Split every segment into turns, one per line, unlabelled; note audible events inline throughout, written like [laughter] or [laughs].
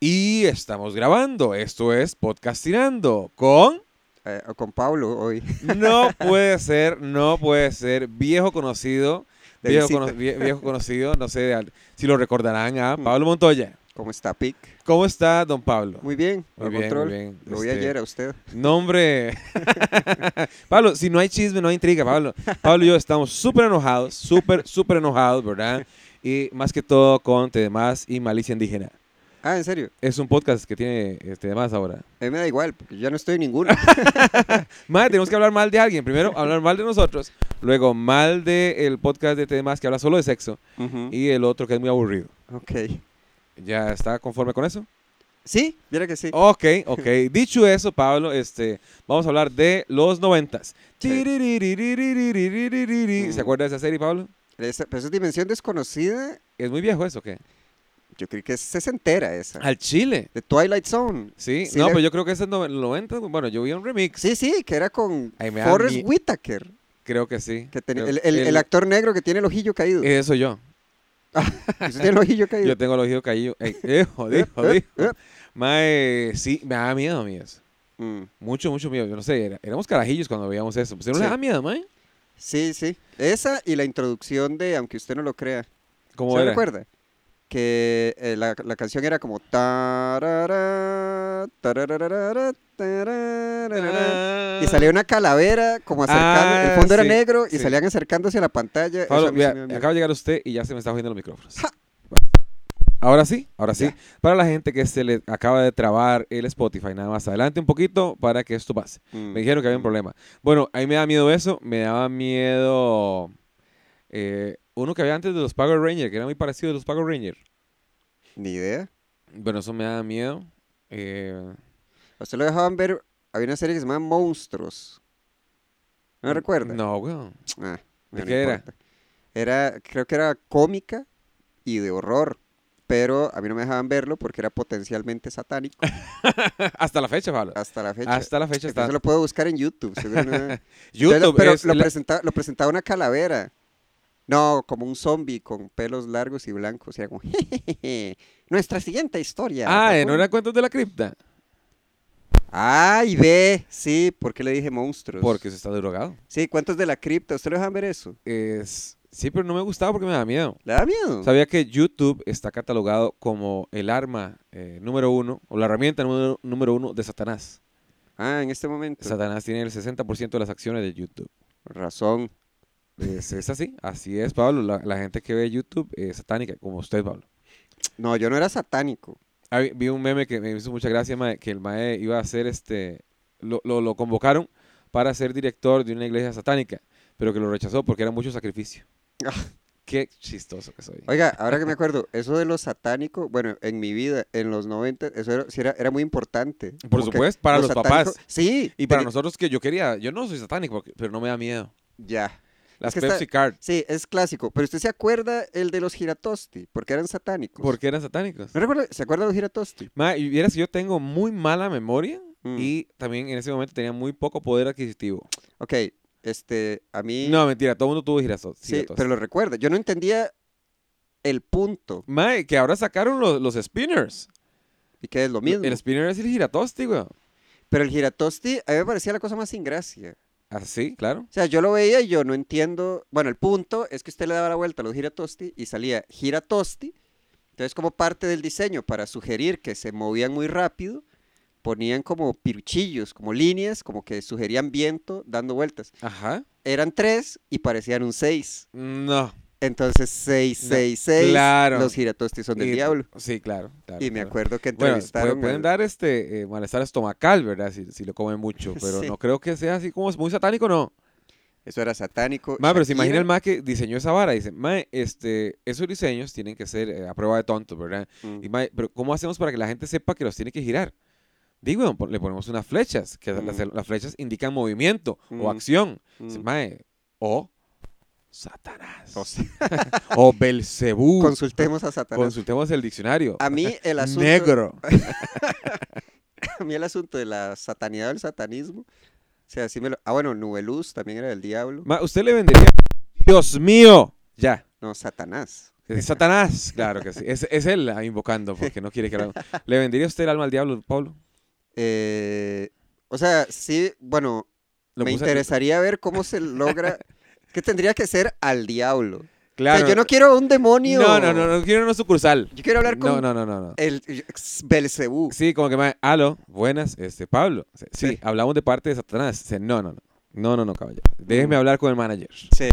Y estamos grabando. Esto es Podcast Tirando con...
Eh, con Pablo hoy. [laughs]
No puede ser, no puede ser. Viejo conocido,
De
viejo,
visita. Mm.
cono- vie- viejo conocido, no sé al- si lo recordarán a Pablo Montoya.
¿Cómo está, Pic?
¿Cómo está, don Pablo?
Muy bien,
Muy
al
bien,
control.
muy bien.
Lo vi
Este,
ayer a usted. [laughs]
Nombre. Pablo, si no hay chisme, no hay intriga, Pablo. Pablo y yo estamos súper enojados, súper, súper enojados, ¿verdad? Y más que todo con Tedemás y Malicia Indígena.
Ah, en serio.
Es un podcast que tiene eh, Tedemás ahora.
A mí me da igual, porque ya no estoy en
[laughs]
ninguno.
Madre, tenemos que hablar mal de alguien. Primero, hablar mal de nosotros. Luego, mal del el podcast de Tedemás que habla solo de sexo.
Ujú,
Y el otro que es muy aburrido.
Ok.
¿Ya está conforme con eso?
Sí, mira que sí.
Ok, ok. Dicho eso, Pablo, este, vamos a hablar de los noventas.
Sí.
Tiririririririririririri. ¿Se
Mm.
acuerda de esa serie, Pablo?
Esa, pero esa dimensión desconocida,
Es muy viejo eso, ¿o ¿qué?
yo creo que es entera esa.
Al Chile.
De Twilight Zone.
Sí,
Sí,
no,
la-
pero yo creo que ese es no- los 90. Bueno, yo vi un remix.
Sí, sí, que era con
Ay, me da
Forrest
mie-
Whitaker.
Creo que sí.
Que tenía-
Creo-
el, el- el actor negro que tiene el ojillo caído.
Eso yo.
[laughs] Usted tiene el ojillo caído.
Eh, [laughs] Yo tengo el ojido caído. Ey, eh, jodido,
[laughs]
jodido. Mae, sí, me daba miedo, amigas.
Mm,
Mucho, mucho miedo. Yo no sé, era- éramos carajillos cuando veíamos eso. Pues no le
Sí.
daba miedo, mae.
Sí, sí. Esa y la introducción de Aunque usted no lo crea.
¿Cómo
¿Se
era?
recuerda? Que eh, la, la canción era como tarara, tarararara, tarararara, y salía una calavera como acercando,
Ah,
el fondo era
sí,
negro y
sí.
salían acercándose a la pantalla.
Pablo,
eso a mí sí
mira,
me da miedo.
acaba de llegar usted y ya se me está jodiendo los micrófonos. Ahora sí, ahora sí.
Ya.
Para la gente que se le acaba de trabar el Spotify, nada más adelante un poquito para que esto pase.
Mm.
Me dijeron que había un problema. Bueno, ahí me da miedo eso, me daba miedo eh, uno que había antes de los Power Rangers, que era muy parecido a los Power Rangers.
Ni idea.
Bueno, eso me daba miedo. Eh,
A usted lo dejaban ver, había una serie que se llamaba Monstruos. ¿No recuerda?
Mm, No, weón. [laughs] ¿De
Ah, bueno, no
qué era?
importa. Era, creo que era cómica y de horror, pero a mí no me dejaban verlo porque era potencialmente satánico
Hasta la fecha, Pablo.
hasta la fecha.
Hasta la fecha
Entonces
está.
lo puedo buscar en YouTube. seguro
[laughs]
no- Entonces lo-
YouTube,
[laughs] pero
es
lo,
la-
presenta- lo presentaba una calavera. No, como un zombie con pelos largos y blancos. Y era como, [laughs] "Jejeje, nuestra siguiente historia.
Ah, eh, ¿no
Rapunzel".
era cuentos de la cripta?
Ay, ve. Sí, ¿por qué le dije monstruos?
Porque se está drogado.
Sí, ¿cuántos de la cripta? ¿Usted lo dejan ver eso?
Es... Sí, pero no me gustaba porque me daba miedo.
¿Le da miedo?
Sabía que YouTube está catalogado como el arma eh, número uno o la herramienta número, número uno de Satanás.
Ah, en este momento.
Satanás tiene el 60% de las acciones de
[laughs]
YouTube.
Razón.
Es, es así, así es, Pablo. La, la gente que ve YouTube es satánica, como usted, Pablo.
No, yo no era satánico.
Ah, vi- vi un meme que me hizo mucha gracia, mae, que el mae iba a ser este... Lo, lo- lo convocaron para ser director de una iglesia satánica, pero que lo rechazó porque era mucho
[laughs]
sacrificio.
Ah.
Qué chistoso que soy.
Oiga, ahora que
[laughs]
me acuerdo, eso de lo satánico, bueno, en mi vida, en los 90, eso era, sí era, era muy importante. Como que
supuesto, para
lo
los
satánico-
papás.
Sí.
Y para
teni-
nosotros que yo quería, yo no soy satánico, porque- pero no me da miedo.
Ya.
Las
que está-
Pepsi Card,
Sí, es clásico. Pero usted se acuerda el de los giratosti, porque eran satánicos.
¿por qué eran satánicos?
¿No recuerda? ¿Se acuerda de los giratosti?
Ma, y vieras que yo tengo muy mala memoria
Mm.
y también en ese momento tenía muy poco poder adquisitivo.
Ok, este, a mí...
No, mentira, todo el mundo tuvo girasol.
sí, pero lo recuerda. Yo no entendía el punto
Ma, que ahora sacaron los, los spinners.
y que es lo mismo.
El spinner es el giratosti, güey.
Pero el giratosti a mí me parecía la cosa más sin gracia.
Así, Ah, claro.
O sea, yo lo veía y yo no entiendo... Bueno, el punto es que usted le daba la vuelta a los giratosti y salía giratosti. Entonces, como parte del diseño, para sugerir que se movían muy rápido, ponían como piruchillos, como líneas, como que sugerían viento dando vueltas.
Ajá.
eran tres y parecían un seis.
No.
Entonces, seis,
No,
seis, seis.
claro.
Los giratostes son del
Y-
diablo.
Sí, claro. claro,
Y me
claro.
acuerdo que
Bueno,
entrevistaron.
puede- pueden
al-
dar este eh, malestar estomacal, ¿verdad? Si, si lo comen
[laughs]
mucho, pero
Sí.
no creo que sea así como muy satánico, no.
Eso era satánico.
Ma, pero se
Shakira,
imagina el ma que diseñó esa vara. Dice, ma, este, esos diseños tienen que ser eh, a prueba de tontos, ¿verdad?
mm,
Y, mae, pero ¿cómo hacemos para que la gente sepa que los tiene que girar? Digo, pon- le ponemos unas flechas, que las,
Mm.
las flechas indican movimiento
Mm.
o acción. Dice,
mm,
mae, o Satanás.
o sea,
[laughs] O Belcebú.
Consultemos a Satanás.
Consultemos el diccionario.
a mí
[laughs]
el asunto.
Negro.
[laughs] A mí el asunto de la satanidad o el satanismo. O sea, sí me lo. Ah, bueno, Nubeluz también era del diablo.
Ma, usted le vendería. Dios mío. Ya.
No, Satanás.
Es
[laughs]
Satanás, claro que sí. Es, es él ah, invocando porque no quiere que lo- ¿Le vendería usted el alma al diablo, Pablo?
Eh, o sea, sí, bueno,
Lo
me
puse-
interesaría ver cómo
[laughs]
se logra. que tendría que ser al diablo.
Claro.
O sea, yo no quiero un demonio.
No, no, no, no quiero una sucursal.
Yo quiero hablar con Eh, uh.
No, no, no, no. no.
el Belcebú.
Sí, como que más, aló, buenas, este, Pablo. Sí, sí, hablamos de parte de Satanás. Dice, no, no, no. No, no, no, caballero.
Mm.
Déjeme hablar con el manager. [laughs]
Sí,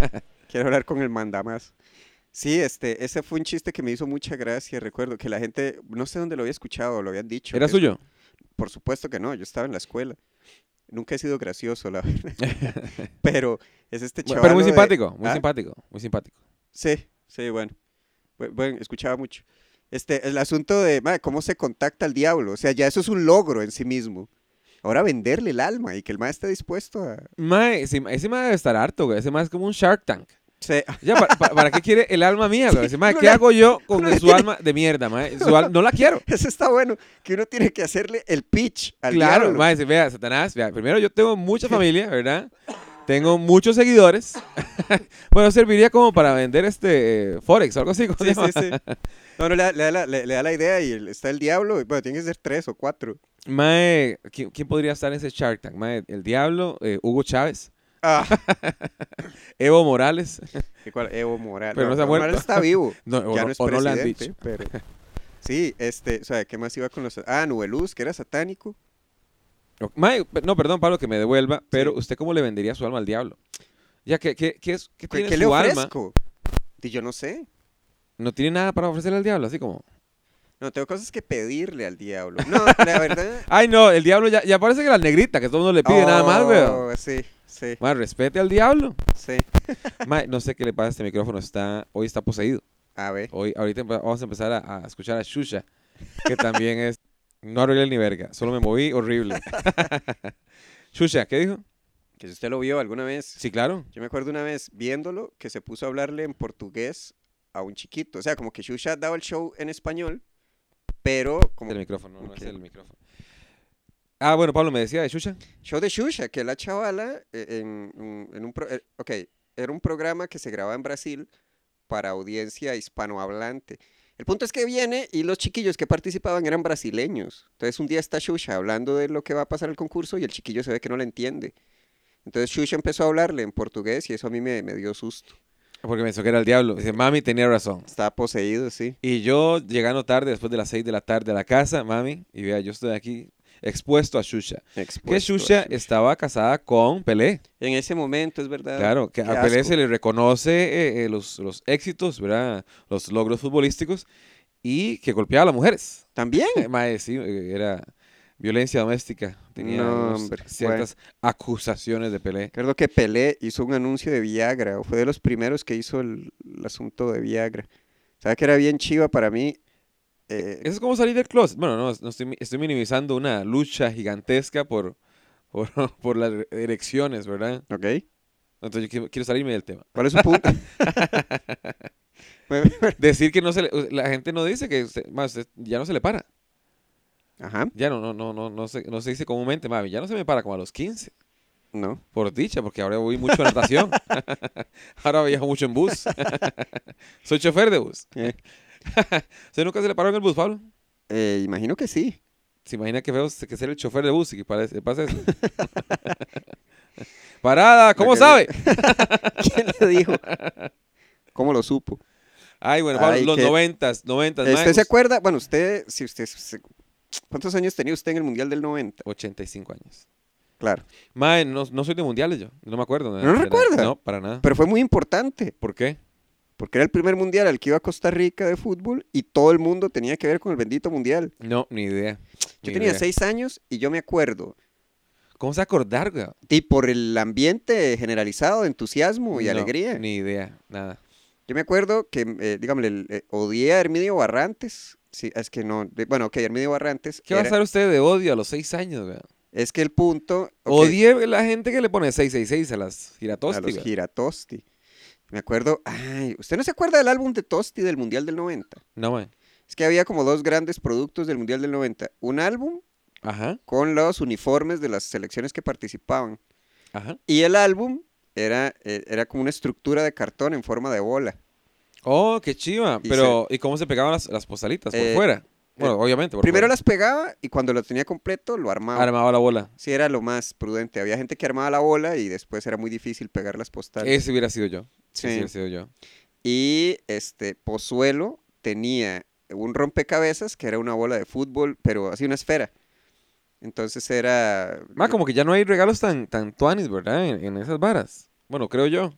quiero hablar con el mandamás. Sí, este, ese fue un chiste que me hizo mucha gracia, recuerdo, que la gente, no sé dónde lo había escuchado, lo habían dicho.
¿Era
que-
suyo?
Por supuesto que no, yo estaba en la escuela. Nunca he sido gracioso,
[laughs]
la verdad. Pero es este chaval.
Pero muy simpático, muy
¿Ah?
simpático, muy simpático.
Sí, sí, bueno. Bu- Bueno, escuchaba mucho. Este, el asunto de ma, cómo se contacta al diablo, o sea, ya eso es un logro en sí mismo. Ahora venderle el alma y que el ma esté dispuesto a...
Mae, ese, ese mae debe estar harto, güey. Ese mae es como un Shark Tank.
Se- [laughs]
Ya, pa- pa- ¿para, qué quiere el alma mía, güey? Dice, mae,
uno
¿qué
le-
hago yo con
uno le
su
tiene-
alma de mierda, mae? Su al- No la quiero.
Eso está bueno, que uno tiene que hacerle el pitch [laughs] al
claro,
diablo.
mae, dice, vea, Satanás, vea, primero yo tengo mucha familia, ¿verdad? Tengo muchos seguidores. [laughs] bueno, serviría como para vender este eh, Forex o algo así. ¿cómo se
Sí,
llama?
sí, sí. No, no, le da, le da la, le- le da la idea y el- está el diablo. y, bueno, tiene que ser tres o cuatro.
Mae, ¿quién, quién podría estar en ese Shark Tank? Mae, el Diablo, eh, Hugo Chávez,
Ah,
[laughs] Evo Morales.
¿y cuál? Evo Morales.
Pero no se ha
Evo Morales
muerto.
está vivo.
No, o,
ya
no,
no es
o no
presidente,
le han dicho.
pero... [laughs] Sí, este, o sea, ¿qué más iba con los... Ah, Nubeluz, que era satánico.
O- Mae, pe- no, perdón, Pablo, que me devuelva, pero
Sí.
¿usted cómo le vendería su alma al diablo? Ya, ¿qué, qué, qué es, qué
¿Qué,
tiene
qué le
su alma?
ofrezco? Y yo no sé.
No tiene nada para ofrecerle al diablo, así como...
No, tengo cosas que pedirle al diablo. No,
[laughs]
la verdad...
Ay, no, el diablo ya, ya parece que la negrita, que todo el mundo le pide nada más, güey.
Oh, Sí, sí,
Mae, respete al diablo.
sí.
Mae, no sé qué le pasa a este micrófono, está, hoy está poseído.
A ver.
Hoy, ahorita empe- vamos a empezar a, a escuchar a Shusha, que también es... No arreglé ni verga, solo me moví horrible. [laughs] Shusha, ¿qué dijo?
Que si usted lo vio alguna vez.
Sí, claro.
Yo me acuerdo una vez viéndolo que se puso a hablarle en portugués a un chiquito. O sea, como que Shusha daba el show en español, pero como
El micrófono, no es
Ok.
el micrófono. Ah, bueno, Pablo, me decía de Shusha.
show de Shusha, que la chavala eh, en, un- en un... pro- eh, ok, era un programa que se grababa en Brasil para audiencia hispanohablante. El punto es que viene y los chiquillos que participaban eran brasileños. Entonces un día está Shusha hablando de lo que va a pasar en el concurso y el chiquillo se ve que no le entiende. Entonces Shusha empezó a hablarle en portugués y eso a mí me, me dio susto.
Porque pensó que era el diablo. Dice, mami tenía razón.
Estaba poseído, sí.
Y yo llegando tarde, después de las 6 de la tarde a la casa, mami, y vea, yo estoy aquí expuesto a Shusha. Que
expuesto a
Shusha
Shusha.
estaba casada con Pelé.
En ese momento, es verdad.
Claro, que
Ah, qué
a Pelé
asco.
se le reconoce eh, eh, los, los éxitos, ¿verdad? Los logros futbolísticos y que golpeaba a las mujeres.
También.
Eh, mae, sí, eh, era violencia doméstica. Tenía
No,
unos-
hombre,
ciertas acusaciones de Pelé.
Recuerdo que Pelé hizo un anuncio de Viagra, o fue de los primeros que hizo el, el asunto de Viagra. ¿Sabes que era bien chiva para mí? Eh,
Eso es como salir del closet. Bueno, no, no estoy, mi- estoy minimizando una lucha gigantesca por, [laughs] por, por las elecciones, ¿verdad?
¿Ok?
Entonces yo quiero, quiero salirme del tema.
¿Cuál es su punto? [laughs]
Decir que no se le, la gente no dice que usted- ma, usted ya no se le para.
Ajá,
Ya no, no, no, no, no se, no se dice comúnmente, mami, ya no se me para como a los 15.
no.
Por dicha, porque ahora voy mucho a
[laughs]
natación. [laughs] ahora viajo mucho en bus. [laughs] Soy chofer de bus. [laughs]
Eh.
¿Usted nunca se le paró en el bus, Pablo?
Eh, imagino que sí. [laughs]
¿Se imagina que feo se- que ser el chofer de bus y que parece, pasa eso? [laughs] Parada, ¿cómo
Porque- [laughs]
sabe?
¿Quién le dijo? ¿Cómo lo supo?
Ay, bueno, Pablo,
Ay,
los
que-
noventas, noventas,
¿Usted
mae,
se acuerda? Bueno, usted, si usted... se- ¿Cuántos años tenía usted en el Mundial del 90?
85 años.
Claro.
Mae, no, no soy de mundiales yo, no me acuerdo.
¿No recuerda?
No, para nada.
Pero fue muy importante.
¿Por qué?
Porque era el primer mundial al que iba a Costa Rica de fútbol y todo el mundo tenía que ver con el bendito mundial.
No, ni idea.
Yo
ni
tenía
idea.
seis años y yo me acuerdo.
¿Cómo se va a acordar, güey?
Y por el ambiente generalizado de entusiasmo y
No,
alegría.
Ni idea, nada.
Yo me acuerdo que, eh, dígame, el- eh, odié a Hermidio Barrantes. Sí, es que no. de- bueno, ok, Hermidio Barrantes.
¿Qué va a
era-
hacer usted de odio a los seis años, güey?
Es que el punto. ok,
Odie la gente que le pone 666 a las
a
giratostias.
los giratosti. Me acuerdo. Ay, ¿usted no se acuerda del álbum de Tosti del mundial del 90?
No, mae.
Es que había como dos grandes productos del mundial del 90. Un álbum
Ajá,
con los uniformes de las selecciones que participaban.
ajá.
Y el álbum era, eh, era como una estructura de cartón en forma de bola.
Oh, qué chiva.
Y
Pero, ¿y cómo se pegaban las, las postalitas?
Eh,
por fuera. Bueno, obviamente. Por
Primero
fuera.
las pegaba y cuando lo tenía completo lo armaba.
Armaba la bola.
Sí, era lo más prudente. Había gente que armaba la bola y después era muy difícil pegar las postales.
Ese hubiera sido yo. Sí. Ese
Sí.
hubiera sido yo.
Y este Pozuelo tenía un rompecabezas que era una bola de fútbol, pero así una esfera. Entonces era.
Más como que ya no hay regalos tan, tan tuanis, ¿verdad? En, en esas varas. Bueno, creo yo.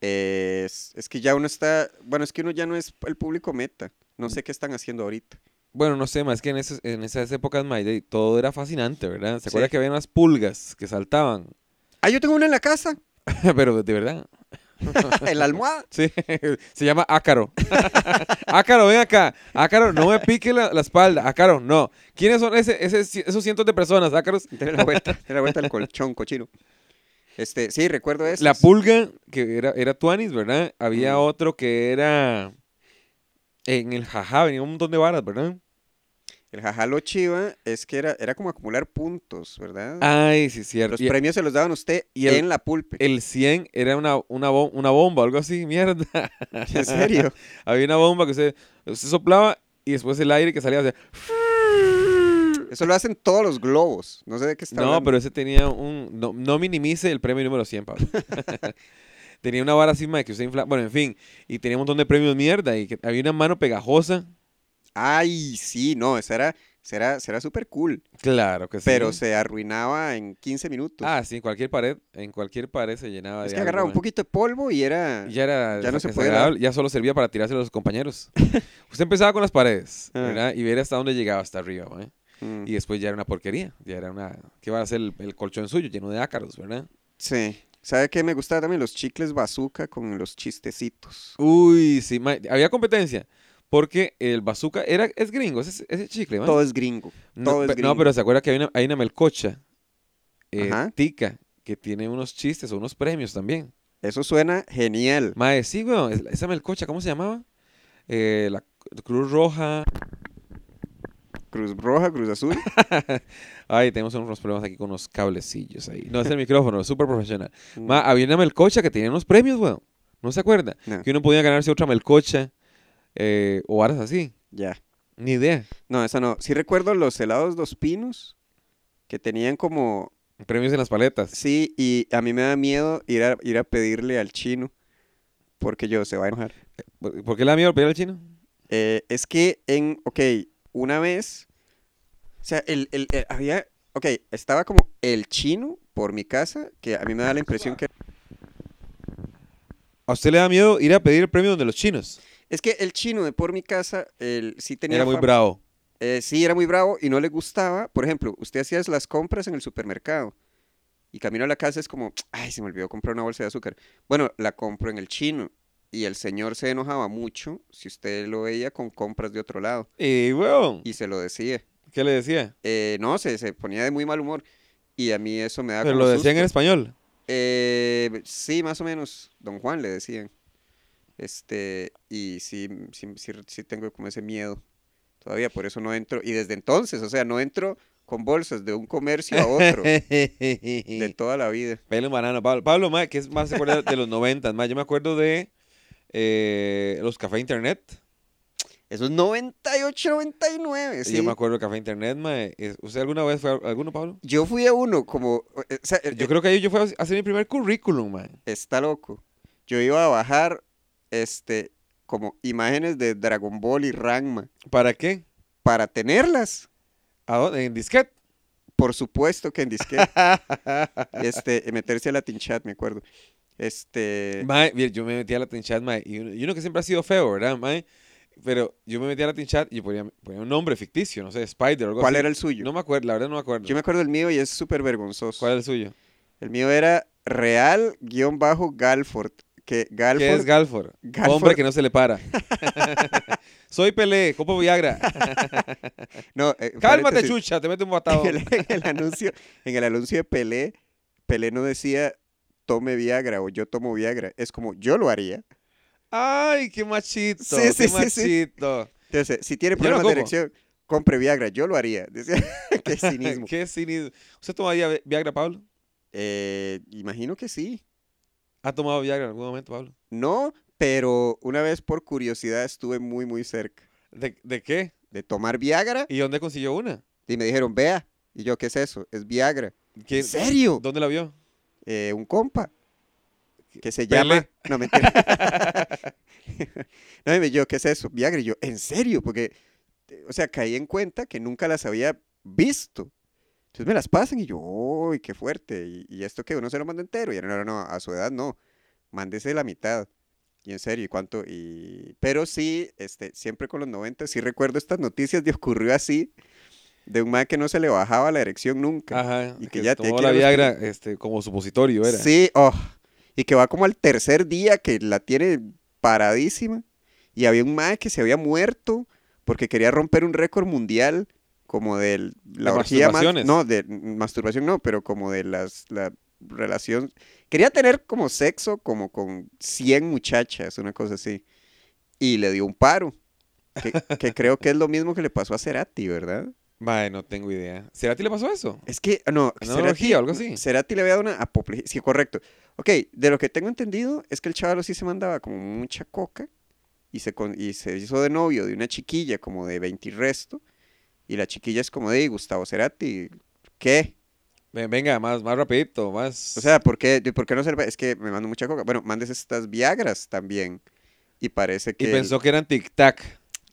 eh, es, es que ya uno está. Bueno, es que uno ya no es el público meta. No sé qué están haciendo ahorita.
Bueno, no sé, más que en, esas- en esas épocas, May, de- todo era fascinante, ¿verdad? ¿Se
Sí.
acuerda que había unas pulgas que saltaban? [laughs]
Ah, yo tengo una en la casa. [laughs]
Pero de verdad.
en la almohada.
Sí, [laughs] se llama Ácaro. [laughs] Ácaro, ven acá. Ácaro, no me pique la, la espalda. Ácaro, no. ¿Quiénes son ese- ese- esos cientos de personas, Ácaros?
De la vuelta, de la vuelta al colchón, cochino. Este, sí, recuerdo eso.
La pulga, que era, era Tuanis, ¿verdad? Había
Mm.
otro que era. En el jajá venía un montón de varas, ¿verdad?
El jajalo chiva es que era, era como acumular puntos, ¿verdad?
Ay, sí, cierto.
Los
Ah, Y
premios se los daban a usted
y el-
en la pulpe.
el 100 era una, una, bom- una bomba, algo así, mierda.
[laughs] ¿En serio?
Había una bomba que usted, usted soplaba y después el aire que salía hacía-
Eso lo hacen todos los globos. No sé de qué está
No,
hablando.
pero ese tenía un. No, no minimice el premio número 100,
[laughs]
Pablo. tenía una vara así, mae, que usted infla. Bueno, en fin. Y tenía un montón de premios mierda. Y que había una mano pegajosa.
Ay, sí, no, esa era, esa era, esa era súper cool.
Claro que sí.
Pero se arruinaba en 15 minutos.
Ah, sí, en cualquier pared. En cualquier pared se llenaba
es
de
que
algo,
agarraba un
mae.
poquito de polvo y era...
Ya era
Ya no se podía
desagradable, ya solo servía para tirarse a los
[laughs]
compañeros. Usted empezaba con las paredes,
Ah.
¿verdad? Y ver hasta dónde llegaba, hasta arriba, mae.
Mm,
Y después ya era una porquería. Ya era una. ¿Qué va a ser el, el colchón suyo? Lleno de ácaros, ¿verdad?
Sí. ¿Sabe qué? Me gustaban también los chicles bazooka con los chistecitos.
Uy, sí, mae, había competencia. Porque el bazooka era, es gringo, ese, ese chicle, mae.
Todo es gringo.
No,
todo es
pe- no,
gringo.
pero se acuerda que hay una, hay una melcocha eh,
Ajá.
tica que tiene unos chistes o unos premios también.
Eso suena genial.
Mae, sí, weón, es- esa melcocha, ¿cómo se llamaba? Eh, la C- Cruz Roja.
Cruz Roja,
[laughs]
Cruz Azul.
Ay, tenemos unos problemas aquí con unos cablecillos ahí. No es el micrófono, es súper
[laughs]
profesional. Ma, había una melcocha que tenía unos premios, weón. ¿No se acuerda?
No.
Que uno podía ganarse otra melcocha eh, o varas así.
Ya.
Ni idea.
No, esa no. Sí recuerdo los helados Dos Pinos, que tenían como...
Premios en las paletas.
Sí, y a mí me da miedo ir a, ir a pedirle al chino, porque yo se va a enojar.
¿Por, por qué le da miedo pedir al chino?
Eh, es que en, ok, una vez, o sea, el, el- el- había, ok, estaba como el chino por mi casa, que a mí me da la impresión que...
¿A usted le da miedo ir a pedir el premio donde los chinos?
Es que el chino de por mi casa, el, sí tenía...
Era muy
fama-
bravo.
Eh, sí, era muy bravo y no le gustaba. Por ejemplo, usted hacía las compras en el supermercado y camino a la casa es como, ay, se me olvidó comprar una bolsa de azúcar. Bueno, la compro en el chino y el señor se enojaba mucho si usted lo veía con compras de otro lado
Y, weón,
y se lo decía.
¿qué le decía?
Eh, no, se, se ponía de muy mal humor y a mí eso me da
Pero
como
lo decían en
susto.
español.
Eh, sí, más o menos, don Juan le decían. Este, y sí, sí, sí, sí tengo como ese miedo. Todavía por eso no entro. Y desde entonces, o sea, no entro con bolsas de un comercio
[laughs]
a [laughs] otro de
Pelo
toda la vida.
en banana. Pablo, Pablo ma, que es más se acuerda de los 90, más yo me acuerdo de eh, los café internet.
Eso es 98, 99, sí.
Yo me acuerdo del café internet, ma. Es- ¿Usted alguna vez fue a alguno, Pablo?
Yo fui a uno como, eh, o sea, eh,
Yo
eh,
creo que ahí yo fui a hacer mi primer currículum, ma.
está loco. Yo iba a bajar, este, como imágenes de Dragon Ball y Ranma
¿Para qué?
para tenerlas.
¿A dónde? ¿En disquete?
Por supuesto que
[laughs]
en disquete. este, meterse a Latin Chat, me acuerdo. Este,
Mae, mira, yo me metí a la Tinchat, mae, y uno, y uno que siempre ha sido feo, ¿verdad, mae? Pero yo me metí a la Tinchat y ponía, ponía un nombre ficticio, no sé, Spider o algo
¿cuál
así.
era el suyo?
No me acuerdo, la verdad no me acuerdo.
Yo me acuerdo del mío y es súper vergonzoso.
¿Cuál era el suyo?
El mío era Real-Galford. Que Galford,
¿Qué es Galford?
Galford-
Hombre que no se le
[laughs]
para. [laughs] Soy Pelé, copo Viagra.
no, eh,
Cálmate,
paréntesis,
chucha, te mete un batado.
[laughs] En el, en el anuncio, en el anuncio de Pelé, Pelé no decía tome Viagra o yo tomo Viagra. Es como yo lo haría.
Ay, qué machito,
Sí,
qué
sí, sí, sí.
machito.
Entonces, eh, si tiene
Yo no
problemas de
como.
erección, compre Viagra. Yo lo haría. [laughs] Decía,
[laughs]
qué cinismo.
Qué cinismo. ¿Usted tomaría vi- Viagra, Pablo?
Eh, imagino que sí.
¿Ha tomado Viagra en algún momento, Pablo?
No, pero una vez por curiosidad estuve muy, muy cerca
¿De, de qué?
de tomar Viagra
¿Y dónde consiguió una?
y me dijeron, vea. Y yo, ¿qué es eso? Es Viagra.
¿Qué-
¿En serio?
¿Dónde la vio?
Eh, un compa que se
Pele.
llama. No, mentira. [laughs] no, y me- yo, ¿qué es eso? Viagra. Y yo, ¿en serio? Porque, eh, o sea, caí en cuenta que nunca las había visto. Entonces me las pasan y yo, ¡uy, qué fuerte! ¿Y, y esto qué? ¿Uno se lo manda entero? Y yo, no, no, no, a su edad no. Mándese la mitad. Y en serio, ¿y cuánto? Y... Pero sí, este, siempre con los 90, sí recuerdo estas noticias de ocurrió así, de un man que no se le bajaba la erección nunca.
Ajá.
Y que
que
ya tiene
tomó
que
la
ir al
Viagra este, como supositorio, era.
Sí, oh, y que va como al tercer día que la tiene paradísima. Y había un mae que se había muerto porque quería romper un récord mundial como de la
¿De
orgía más...
masturbaciones?
No, de masturbación no, pero como de las, la relación... Quería tener como sexo como con 100 muchachas, una cosa así. Y le dio un paro. Que, que creo que es lo mismo que le pasó a Cerati, ¿verdad?
Mae, no tengo idea. ¿Será ti le pasó eso?
Es que, ah, no,
Una orgía o algo así.
Cerati le había dado una apoplejía. Sí, correcto. Ok, de lo que tengo entendido es que el chaval sí se mandaba como mucha coca y se, con- y se hizo de novio de una chiquilla como de 20 y resto. Y la chiquilla es como de Gustavo Cerati. ¿Qué?
Ven- Venga, más, más rapidito, más.
O sea, ¿por qué, de- ¿por qué no se le- Es que me mando mucha coca. Bueno, mandes estas Viagras también. Y parece que.
y
el-
pensó que eran tic-tac.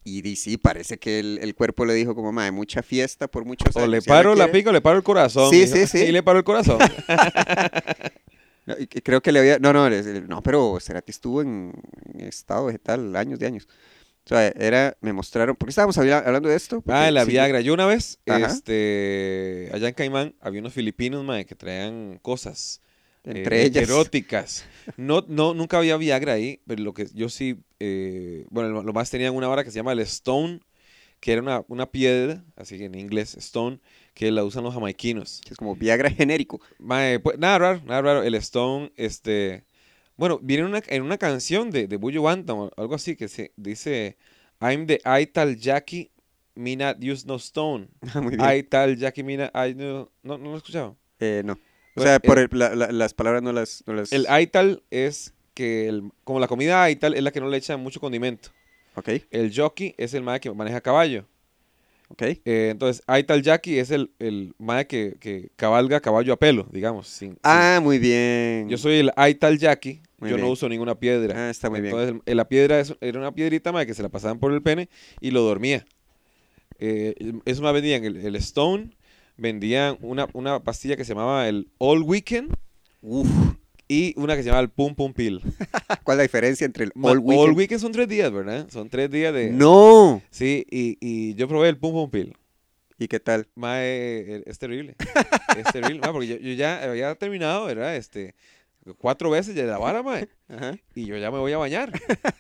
y di- sí, parece que el, el cuerpo le dijo como, madre, mucha fiesta por muchos
O
años.
le
y ahora
paro la
quiere-
pica o le paro el corazón.
Sí,
Y-
sí, sí.
[laughs] Y le paro el corazón.
No, y que creo que le había. No, no, es- el- no, pero Cerati estuvo en en estado vegetal años de años. O sea, era, me mostraron. ¿Por qué estábamos habla- hablando de esto? Porque
Ah, la
pues sí,
Viagra. Yo una vez,
Ajá.
este, allá en Caimán, había unos filipinos, mae, que traían cosas
Entre
eh,
ellas. [laughs]
eróticas. No, no, nunca había Viagra ahí, pero lo que yo sí, eh, bueno, lo, lo más tenían una vara que se llama el Stone, que era una, una piedra, así que en inglés, Stone, que la usan los jamaiquinos.
que es como Viagra genérico. [laughs]
Mae, pues, nada raro, nada raro. El Stone, este. Bueno, viene en una, en una canción de, de Buju Bantam o algo así que se dice: I'm the Ital Jackie, me not use no
[laughs]
stone.
Ah, Muy bien.
Ital Jackie, me not. I no, no, no lo he escuchado.
Eh, no. O
Bueno,
sea, por el- la- la- las palabras no las. No las...
El Ital es que, el- como la comida Ital es la que no le echan mucho condimento.
Ok,
El jockey es el mae que maneja caballo.
ok.
Eh, entonces, Ital Jackie es el, el mae que, que cabalga caballo a pelo, digamos. sin- sin-
Ah, muy bien.
Yo soy el Aital Jackie,
Muy
yo no
bien.
uso ninguna piedra.
Ah, está muy bien.
Entonces, el- la piedra es- era una piedrita mae, que se la pasaban por el pene y lo dormía. Eh, el- eso más vendían el, el Stone, vendían una, una pastilla que se llamaba el All Weekend y una que se llamaba el Pum Pum Pill.
Ah, ¿Cuál es la diferencia entre el
Ma-
All Weekend?
son tres días, ¿verdad? Son tres días de...
No.
Sí, y, y yo probé el Pum Pum Pill.
¿Y qué tal?
Mae, eh, es terrible. es terrible, mae, porque yo, yo ya había terminado, ¿verdad? Este, cuatro veces ya de la vara, mae
Ajá.
y yo ya me voy a bañar.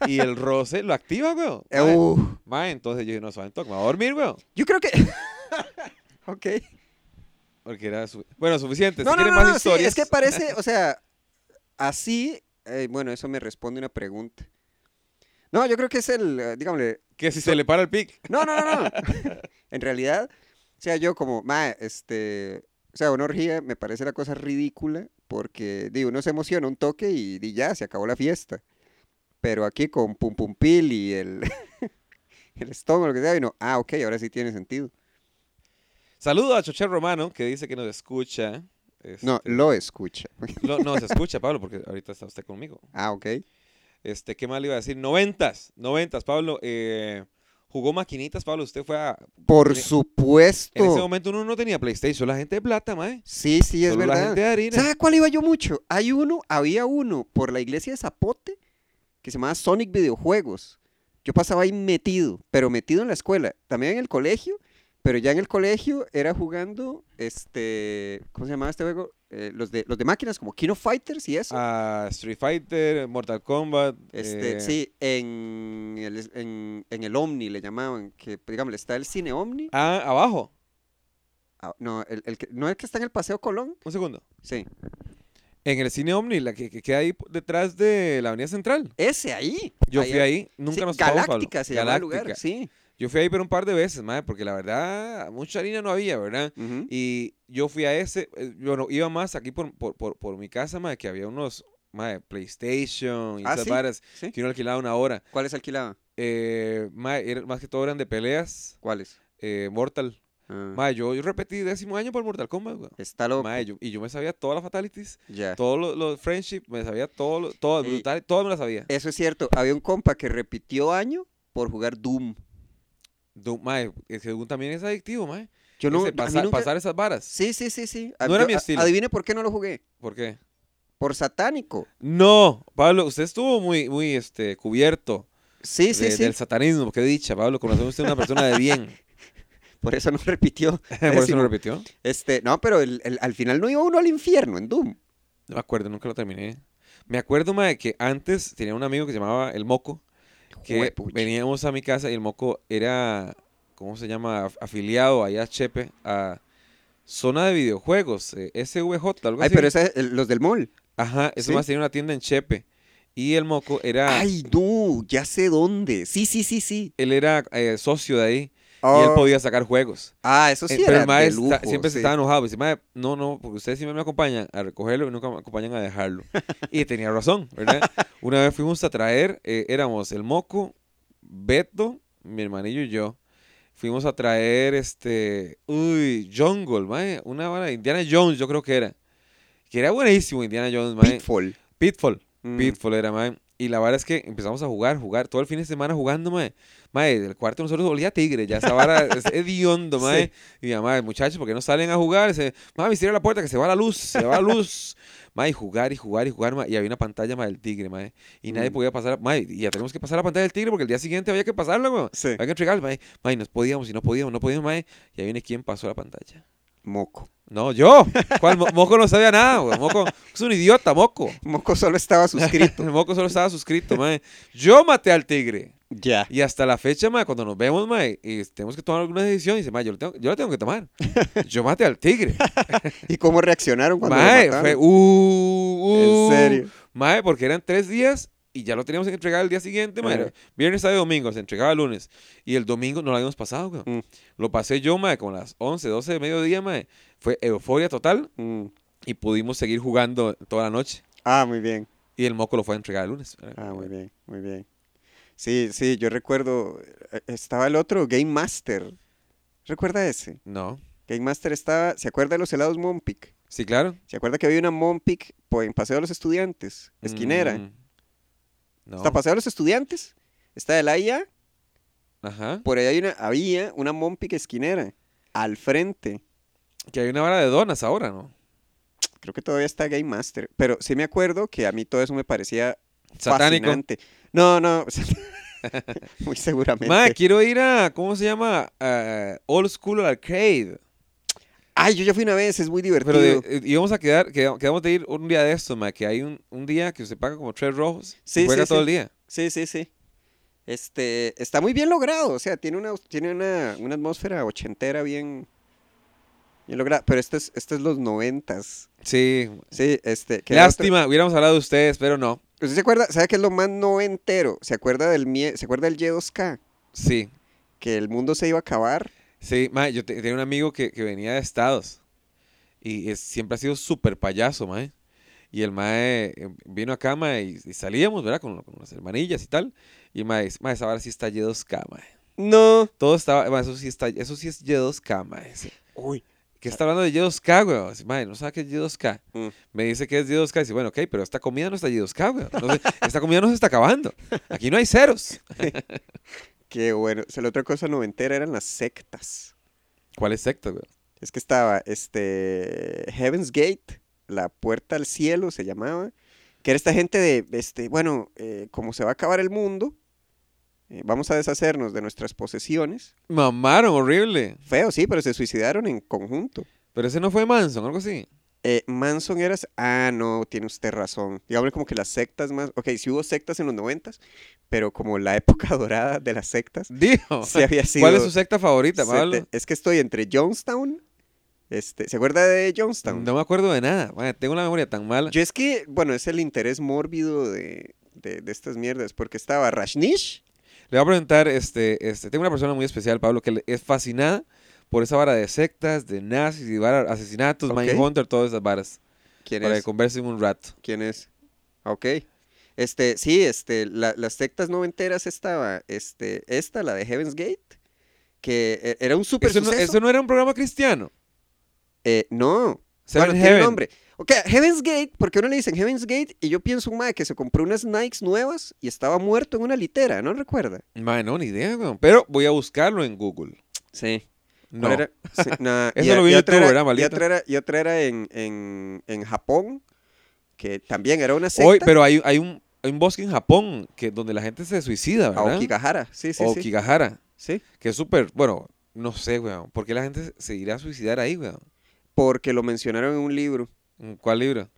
y el roce lo activa,
[laughs]
weón.
Eh,
Mae,
uh,
mae, entonces yo dije, no, suave, toque, me voy a dormir, weón.
yo creo que. [laughs] ok.
Porque era, su- bueno, suficiente.
No,
si
no,
quieren
no,
más
no, sí,
historias.
es que
[laughs]
parece, o sea, así, eh, bueno, eso me responde una pregunta. No, yo creo que es el, eh, digámosle,
que si se le para el pic.
no, no,
[laughs]
no, no. en realidad, o sea, yo como, ma, este, o sea, una orgía me parece la cosa ridícula porque, digo, uno se emociona un toque y, di, ya, se acabó la fiesta. Pero aquí con Pum Pum Pil y el, [laughs] el estómago, lo que sea, y no, ah, ok, ahora sí tiene sentido.
Saludo a Choché Romano, que dice que nos escucha. Este,
No, lo escucha.
lo- no, se escucha, Pablo, porque ahorita está usted conmigo.
Ah, ok.
Este, ¿qué más le iba a decir? Noventas, noventas, Pablo. eh, jugó maquinitas, Pablo. Usted fue a...
Por
En e-
supuesto.
En ese momento uno no tenía PlayStation, la gente de plata, mae.
Sí, Oh. sí, es
Solo la
verdad.
gente de harina.
¿Sabes cuál iba yo mucho? Hay uno, había uno por la iglesia de Zapote que se llamaba Sonic Videojuegos. Yo pasaba ahí metido, pero metido en la escuela, también en el colegio, pero ya en el colegio era jugando, este, ¿cómo se llamaba este juego? Eh, los, de, los de máquinas como Kino Fighters y eso.
A Street Fighter, Mortal Kombat.
Este,
Ah, eh,
sí, en el, es- en, en el Omni le llamaban, que digamos, está el cine Omni.
Ah, abajo.
Ah, no, el, el que, no el que está en el Paseo Colón.
Un segundo.
Sí,
En el cine Omni, la que, que queda ahí detrás de la Avenida Central.
ese ahí.
Yo fui
era-
ahí, nunca
Sí,
nos topamos, Pablo.
Galáctica se llama el lugar,
Galáctica.
sí.
Yo fui ahí pero un par de veces, madre, porque la verdad, mucha harina no había, ¿verdad?
Ujú.
Y yo fui a ese, eh, bueno, iba más aquí por, por, por, por mi casa, madre, que había unos, mae, PlayStation y
Ah,
esas
sí,
varas
¿Sí?
que uno alquilaba una hora.
¿Cuáles alquilaba?
Eh, mae, era- más que todo eran de peleas,
¿Cuáles?
eh, Mortal.
Ah,
Mae, yo, yo repetí décimo año por Mortal Kombat, weón.
está loco.
Mae, yo- y yo me sabía todas las fatalities,
Ya.
todos los, los friendship, me sabía todo, lo- todo,
Y-
brutal, todo me lo sabía.
Eso es cierto. Había un compa que repitió año por jugar Doom.
Du- Mae, el Doom también es adictivo, mae.
Yo no.
Ese
a mí
pasa-
nunca-
Pasar esas varas.
Sí, sí, sí, sí.
No era mi
a-
estilo.
Adivine por qué no lo jugué.
¿Por qué?
Por satánico.
No, Pablo, usted estuvo muy, muy este, cubierto
Sí, sí,
de-
sí.
del satanismo. Qué dicha, Pablo. Con razón usted es una persona de
[laughs]
bien. [laughs]
Por eso no [laughs] repitió.
Por eso
Décimo.
lo repitió.
Este, no, pero el- el- al final no iba uno al infierno en Doom.
No me acuerdo, nunca lo terminé. Me acuerdo, mae, que antes tenía un amigo que se llamaba El Moco, que
Juepucha.
veníamos a mi casa y El Moco era, ¿cómo se llama? Af- Afiliado allá a Chepe, a Zona de Videojuegos, eh, SVJ, algo
Ay,
así.
pero ese- el- los del mall.
Ajá, eso
¿Sí?
más tenía una tienda en Chepe. Y El Moco era,
Ay, no, ya sé dónde. Sí, sí, sí, sí.
él era eh, socio de ahí y él
Oh,
podía sacar juegos.
Ah, eso sí
Eh,
era
pero el
de
maestro
lujo,
siempre
sí.
se estaba enojado. Dice, "Mae, no, no, porque ustedes siempre me acompañan a recogerlo y nunca me acompañan a
[laughs]
dejarlo. y tenía razón, ¿verdad? Una vez fuimos a traer, eh, éramos el Moco, Beto, mi hermanillo y yo. Fuimos a traer este, uy, Jungle, mae, una vara de Indiana Jones, yo creo que era. Que era buenísimo Indiana Jones, mae.
Pitfall.
Pitfall.
Mm.
Pitfall era, mae. Y la verdad es que empezamos a jugar, jugar todo el fin de semana jugando, mae. Mae, el cuarto de nosotros olía a tigre, ya esa vara
[laughs]
es hediondo, mae. Y mi mamá, muchachos, porque no salen a jugar? Se, mami, cierra la puerta que se va la luz, se va la
[laughs]
luz. mae, y jugar y jugar y jugar, mae. Y había una pantalla, mae, del tigre, mae. Y nadie
Mm.
podía pasar, mae, y ya tenemos que pasar la pantalla del tigre porque el día siguiente había que pasarla, weón.
Sí.
Había que entregarla, mae. Mae, nos podíamos y no podíamos, no podíamos, mae. Y ahí viene quien pasó la pantalla.
Moco.
No,
[laughs]
yo. ¿Cuál? Mo- Moco no sabía nada, weón. Moco es un idiota, Moco.
Moco
[laughs]
solo estaba suscrito.
El moco solo estaba suscrito, mae. Yo maté al tigre.
ya.
Y hasta la fecha, mae, cuando nos vemos, mae, y tenemos que tomar alguna decisión, dice, mae, yo, lo tengo- yo la tengo que tomar.
[laughs]
Yo maté al tigre.
¿Y cómo reaccionaron cuando lo
mae,
mataron?
fue, uh, uh.
En serio.
Mae, porque eran tres días y ya lo teníamos que entregar el día siguiente, mae.
Ajá.
Viernes, sábado y domingo, se entregaba el lunes. Y el domingo no lo habíamos pasado, weón.
Mm.
Lo pasé yo, mae, como a las 11, 12 de mediodía, mae. Fue euforia total
Mm.
y pudimos seguir jugando toda la noche.
Ah, muy bien.
Y el moco lo fue a entregar el lunes.
Ah, muy bien, muy bien. Sí, sí, yo recuerdo. eh, Estaba el otro, Game Master. ¿Recuerda ese?
No.
Game Master estaba. ¿Se acuerda de los helados Monpic?
Sí, claro.
¿Se acuerda que había una Monpic po- en Paseo de los Estudiantes? Esquinera.
Mm. No.
Está Paseo de los Estudiantes. Está el AIA.
Ajá.
Por ahí hay una, había una Monpic esquinera. Al frente.
Que hay una vara de donas ahora, ¿no?
Creo que todavía está Game Master. Pero sí me acuerdo que a mí todo eso me parecía
Satánico.
fascinante. No, no. [laughs] Muy seguramente.
Ma, quiero ir a, ¿cómo se llama? A Old School Arcade.
Ay, yo ya fui una vez, es muy divertido.
Pero de- eh, íbamos a quedar, queda- quedamos de ir un día de estos, ma, que hay un, un día que se paga como tres rojos
Sí,
y juega
sí,
todo
sí.
el día.
Sí, sí, sí. Este, está muy bien logrado, o sea, tiene una, tiene una, una atmósfera ochentera bien, bien lograda, pero este es, este es los noventas.
Sí.
Sí, este. que era otro-
Lástima, hubiéramos hablado de ustedes, pero no.
¿Usted se acuerda? ¿Sabe qué es lo más noventero? ¿Se acuerda del mie- se acuerda del Y2K?
Sí.
Que el mundo se iba a acabar.
Sí, ma, yo te- tenía un amigo que, que venía de Estados y es- siempre ha sido súper payaso, ma. Y el mae eh, vino acá, ma, y, y salíamos, ¿verdad? Con, con las hermanillas y tal. Y mae, dice, mae, esa vara sí está Y2K, mae.
No.
Todo estaba, mae, eso sí está, eso sí es Y2K, mae. Dice,
Uy.
¿Qué está hablando de Y2K, weón? Dice, Mae, no sabe qué es Y2K.
Mm.
Me dice que es Y2K. Dice, bueno, ok, pero esta comida no está Y2K, weón. No sé, [laughs] esta comida no se está acabando. Aquí no hay ceros.
Qué bueno. O sea, la otra cosa noventera eran las sectas.
¿Cuál es secta, weón?
Es que estaba este Heaven's Gate, la puerta al cielo se llamaba, que era esta gente de, este, bueno, eh, como se va a acabar el mundo, eh, vamos a deshacernos de nuestras posesiones.
Mamaron, horrible.
Feo, sí, pero se suicidaron en conjunto.
Pero ese no fue Manson, algo así.
Eh, Manson eras, ah, no, tiene usted razón. Digamos como que las sectas más, ok, sí hubo sectas en los noventas, pero como la [laughs] época dorada de las sectas,
Dijo.
sí había sido...
¿Cuál es su secta favorita,
se
Pablo?
te- es que estoy entre Jonestown, este, ¿se acuerda de Jonestown?
No me acuerdo de nada. Mae, tengo una memoria tan mala.
Yo es que, bueno, es el interés mórbido de, de- de estas mierdas, porque estaba Rashnish.
Le voy a preguntar, este, este, tengo una persona muy especial, Pablo, que le- es fascinada por esa vara de sectas, de nazis y vara- asesinatos,
Ok.
Mindhunter, todas esas varas.
¿Quién
Para que
es?
conversen un rato.
¿Quién es? Ok. Este, sí, este, la- las sectas noventeras estaba, este, esta, la de Heaven's Gate, que eh, era un super
Eso no,
suceso.
eso no era un programa cristiano.
Eh, no.
Seven
Bueno, tiene
Heaven.
nombre. Ok, Heaven's Gate, porque uno le dicen Heaven's Gate y yo pienso un mae que se compró unas Nikes nuevas y estaba muerto en una litera, ¿no recuerda?
Mae, no, ni idea, weón. Pero voy a buscarlo en Google.
Sí.
No.
Era?
[laughs]
Sí, nada,
Eso
y a-
lo vi
y
en
otra
YouTube,
era-
¿verdad,
Y
maldita?
otra era, y otra era en, en, en Japón, que también era una secta.
Hoy, pero hay, hay, un, hay un bosque en Japón que, donde la gente se suicida,
A
¿verdad?
Ah, Okigahara, sí, sí, sí.
Okigahara.
Sí,
Que es súper, bueno, no sé, weón. ¿Por qué la gente se irá a suicidar ahí, weón?
porque lo mencionaron en un libro.
¿En cuál libro?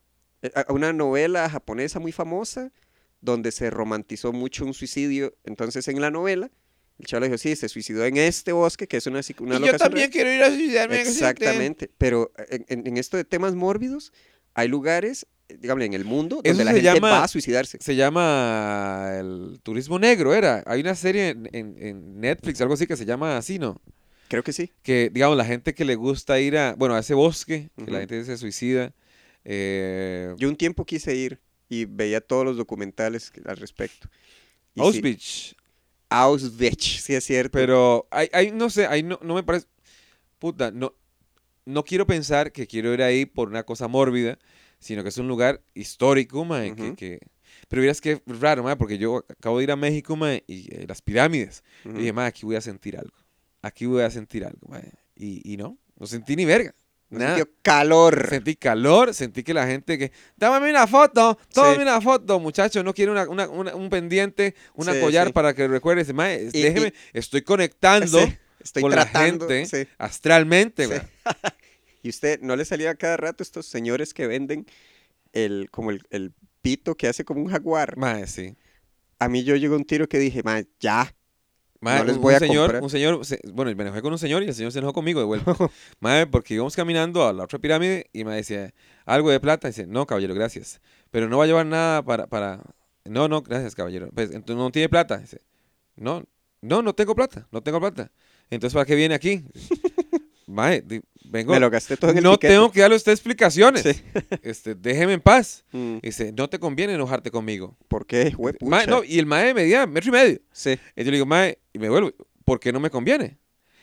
eh, a- una novela japonesa muy famosa donde se romantizó mucho un suicidio. Entonces, en la novela, el chavo dijo, sí, se suicidó en este bosque, que es una, si- una locación real".
quiero ir a suicidarme.
Exactamente. Pero eh, en, en esto de temas mórbidos, hay lugares, eh, dígame, en el mundo donde
Eso
la
se
gente
llama-
va a suicidarse.
Se llama El Turismo Negro, era. Hay una serie en, en- en Netflix, algo así, que se llama así, ¿no?
Creo que sí.
que, digamos, la gente que le gusta ir a, bueno, a ese bosque, que
Ujú.
la gente se suicida. eh,
Yo un tiempo quise ir y veía todos los documentales que- al respecto. Y sí,
Auschwitz.
Auschwitz, sí es cierto.
Pero, hay, hay, no sé, ahí no, no me parece, puta, no, no quiero pensar que quiero ir ahí por una cosa mórbida, sino que es un lugar histórico, mae, que-
Ujú.
que, Pero vieras que raro, mae, porque yo acabo de ir a México, mae, y eh, las pirámides.
Ujú.
Y dije, mae, aquí voy a sentir algo. Aquí voy a sentir algo, mae. Y, y no, no sentí ni verga.
Me
Nada.
sintió calor.
Sentí calor, sentí que la gente que. Dame una foto, tómame
Sí.
una foto, muchacho. No quiero una- una- una- un pendiente, una
Sí,
collar
sí.
para que recuerdes. Mae,
Y-
déjeme, estoy conectando
[laughs] Sí, Estoy
con
tratando.
la gente
sí.
astralmente.
Sí. [laughs]
mae.
¿Y usted no le salía a cada rato estos señores que venden el, como el, el pito que hace como un jaguar?
Mae, sí.
A mí yo llegó un tiro que dije, ma, ya.
Mae,
No les
un-
voy
un
a
señor,
comprar.
un señor, se- bueno, me enojé con un señor y el señor se enojó conmigo de
[laughs]
vuelta. Mae, porque íbamos caminando a la otra pirámide y me decía, algo de plata. dice, no, caballero, gracias. Pero no va a llevar nada para. para... No, no, gracias, caballero. Pues, entonces no tiene plata. Dice, no, no, no tengo plata, no tengo plata. Entonces, ¿para qué viene aquí? [laughs] Mae, di- vengo.
Me lo gasté todo en el
No
tiquete.
tengo que darle a usted explicaciones.
Sí.
[laughs] Este, déjeme en paz.
Mm,
Dice, no te conviene enojarte conmigo.
¿Por qué, güey?
Mae, no, y el mae medía metro y medio.
Sí.
Y yo le digo, mae, y me vuelvo, ¿por qué no me conviene?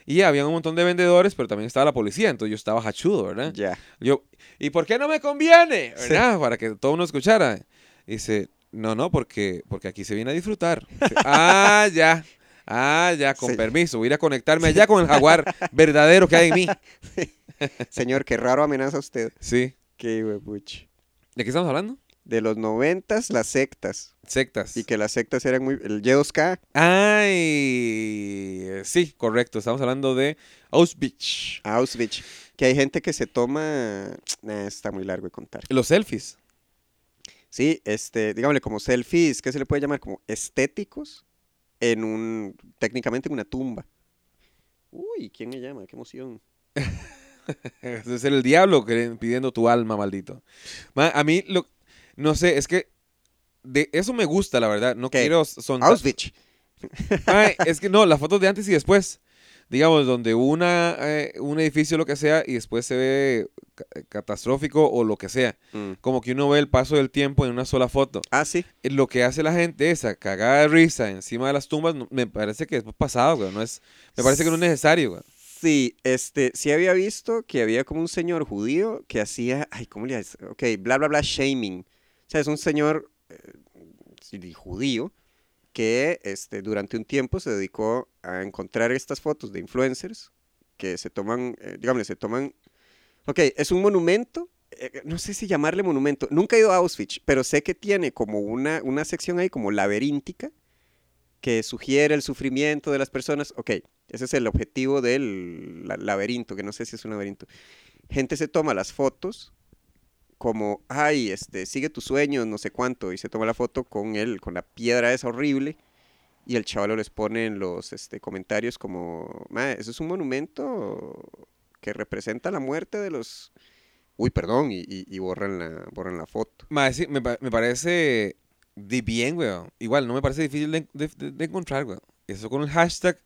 Y había un montón de vendedores, pero también estaba la policía, entonces yo estaba hachudo, ¿verdad?
Ya.
Yo, ¿y por qué no me conviene?
Sí.
¿Verdad? Para que todo uno escuchara. Y dice, no, no, porque, porque aquí se viene a disfrutar.
[laughs]
Dice, ah, ya. Ah, ya, con
Sí.
permiso, voy a ir a conectarme allá con el
[laughs]
jaguar verdadero que hay en mí.
Señor, qué raro amenaza usted.
Sí.
Qué güey, pucha.
¿De qué estamos hablando?
De los noventas, las sectas.
Sectas.
Y que las sectas eran muy... El Y2K.
Ay, eh, sí, correcto. Estamos hablando de Auschwitz.
Auschwitz. Que hay gente que se toma... Nah, está muy largo de contar.
Los selfies.
Sí, este, digámosle como selfies, ¿qué se le puede llamar? Como estéticos en un, técnicamente en una tumba. Uy, ¿quién me llama? Qué emoción.
Ese Es el diablo que- pidiendo tu alma, maldito. Ma, a mí, lo, no sé, es que de eso me gusta, la verdad. No
¿Qué?
quiero son [laughs]
Auschwitz.
Ay, es que no, las fotos de antes y después. Digamos, donde una, eh, un edificio, lo que sea, y después se ve ca- eh, catastrófico o lo que sea.
Mm.
Como que uno ve el paso del tiempo en una sola foto.
Ah, sí.
Eh, Lo que hace la gente esa cagada de risa encima de las tumbas, no- me parece que es pasado, güey. No es, me parece que no es necesario, güey.
Sí, este, sí había visto que había como un señor judío que hacía, ay, ¿cómo le dice? Ok, bla, bla, bla, shaming. O sea, es un señor eh, sí, judío que este, durante un tiempo se dedicó a encontrar estas fotos de influencers que se toman, eh, digámosle, se toman, ok, es un monumento, eh, no sé si llamarle monumento, nunca he ido a Auschwitz, pero sé que tiene como una, una sección ahí como laberíntica que sugiere el sufrimiento de las personas, ok, ese es el objetivo del la- laberinto, que no sé si es un laberinto. Gente se toma las fotos como, ay, este, sigue tus sueños, no sé cuánto, y se toma la foto con él, con la piedra esa horrible, y el chaval les pone en los este, comentarios como, "Mae, eso es un monumento que representa la muerte de los... Uy, perdón, y, y- y borran, la, borran la foto.
Ma, sí, me, pa- me parece de bien, weón. Igual, no me parece difícil de, de- de- de encontrar, weón. Eso con el hashtag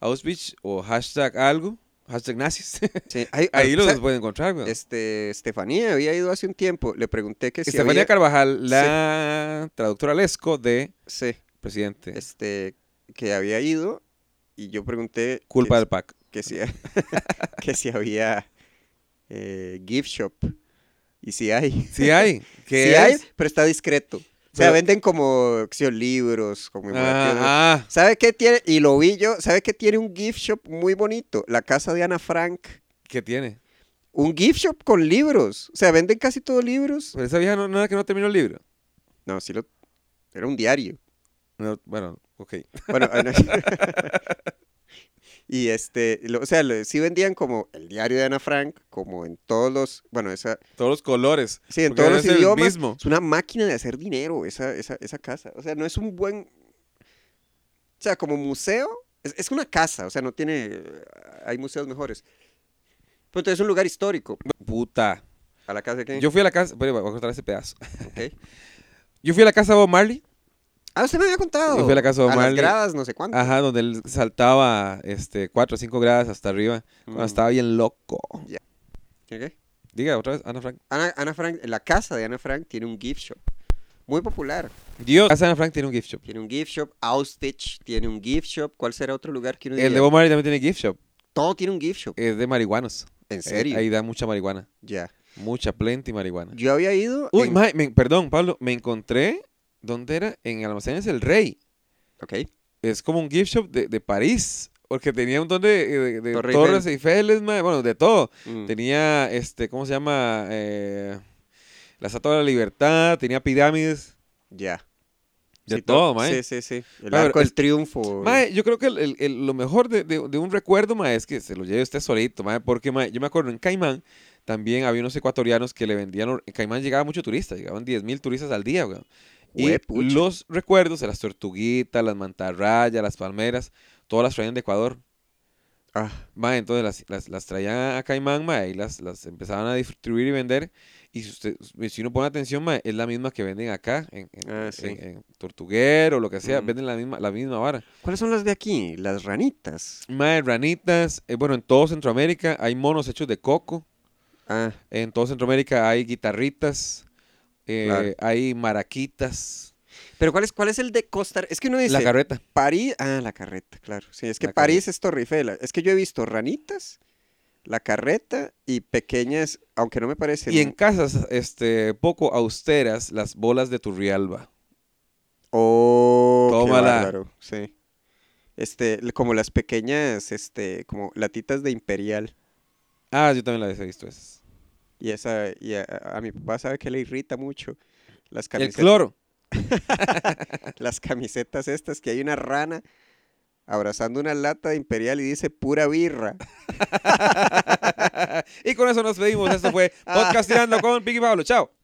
Auschwitz o hashtag algo, hashtag nazis. [laughs]
Sí, hay-
Ahí
hay-
los
¿sabe?
pueden encontrar, weón.
Ah, Este, Estefanía había ido hace un tiempo. Le pregunté que si
Estefanía
había-
Carvajal, la traductora Lesco de
sí,
Presidente.
este, que había ido y yo pregunté
Culpa
que-
del
[laughs]
PAC.
que si, [laughs] que si había eh, gift shop. Y si hay.
Sí hay. ¿Qué
Sí
es?
hay, pero está discreto. O sea,
Pero-
venden como qué sé yo, libros, como inmuebles.
Ah, ah,
¿Sabe qué tiene? Y lo vi yo, ¿sabe qué tiene un gift shop muy bonito? La casa de Ana Frank.
¿qué tiene?
Un gift shop con libros. O sea, venden casi todos libros.
Pero esa vieja no, no era que no terminó el libro.
No, sí lo. Era un diario.
No, bueno, ok. [laughs]
Bueno, ah, no. [laughs] y este, lo- o sea, lo- sí vendían como el diario de Ana Frank, como en todos los, bueno, esa,
Todos los colores.
Sí, en
Porque
todos
debe
los
ser el
idiomas.
mismo.
Es una máquina de hacer dinero esa, esa, esa casa. O sea, no es un buen... O sea, como museo, es, es una casa. O sea, no tiene... Hay museos mejores. Pero entonces es un lugar histórico.
Puta.
A la casa de quién?
Yo fui a la casa. Pero voy a contar ese pedazo.
Ok.
[laughs] Yo fui a la casa de Bob Marley.
Ah, usted me había contado.
Yo fui a la casa de Ah.
A las
Marley.
gradas, no sé cuánto.
Ajá, donde él saltaba este, 4 o 5 grados hasta arriba. Cuando
Mm.
estaba bien loco.
Ok.
Diga otra vez, Ana Frank.
Ana, Ana Frank, la casa de Ana Frank tiene un gift shop. Muy popular.
Dios. La casa de Ana Frank tiene un gift shop.
Tiene un gift shop. Auschwitz tiene un gift shop. ¿Cuál será otro lugar que uno
El de
diría?
Bob Marley también tiene gift shop.
Todo tiene un gift shop.
Es de marihuanos.
¿En serio?
Eh, Ahí, ahí da mucha marihuana.
Ya.
Mucha, plenty marihuana.
Yo había ido...
Uy,
en-
mae, me- perdón, Pablo, me encontré, ¿dónde era? En Almacenes El Rey.
Ok.
Es como un gift shop de, de París, porque tenía un montón de, eh, de- de
Torre
torres Eiffel, mae, bueno, de todo.
Mm.
Tenía, este, ¿cómo se llama? Eh, la Estatua de la Libertad, tenía pirámides,
Ya.
de
Sí, to-
todo, mae.
Sí, sí, sí. El
Mae,
arco del
es-
triunfo.
Mae, yo creo que el- el- el- lo mejor de, de- de un recuerdo, mae, es que se lo lleve usted solito, mae, porque, mae, yo me acuerdo en Caimán también había unos ecuatorianos que le vendían, or- en Caimán llegaba mucho turista, llegaban 10.000 turistas al día, weón. Y
Juepucha.
los recuerdos de las tortuguitas, las mantarrayas, las palmeras, todas las traían de Ecuador.
Ah,
Mae, entonces las, las, las traían a Caimán, mae, y las, las empezaban a distribuir y vender. Y si, usted, si uno pone atención, mae, es la misma que venden acá, en, en,
Ah, sí.
en- en Tortuguero, lo que sea,
Mm.
venden la misma, la misma vara.
¿Cuáles son las de aquí? Las ranitas.
Mae, ranitas, eh, bueno, en todo Centroamérica hay monos hechos de coco,
Ah,
en todo Centroamérica hay guitarritas, eh,
Claro.
hay maraquitas,
pero ¿cuál es, cuál es el de Costa Rica? Es que uno dice
la carreta.
París. Ah, la carreta, claro. Sí, es que
La
París es Torre Eiffel. Es que yo he visto ranitas, la carreta y pequeñas, aunque no me parecen.
Y en casas este, poco austeras, las bolas de Turrialba.
Oh, qué
Tómala.
bárbaro, Sí. Este, l- como las pequeñas, este, como latitas de Imperial.
Ah, yo también las he visto esas.
Y esa, y a, a- a mi papá sabe que le irrita mucho. Las
El
camisetas.
cloro.
las camisetas estas que hay una rana abrazando una lata de Imperial y dice pura birra.
y con eso nos pedimos. Esto fue Podcast Tirando con Piggy Pablo. Chao.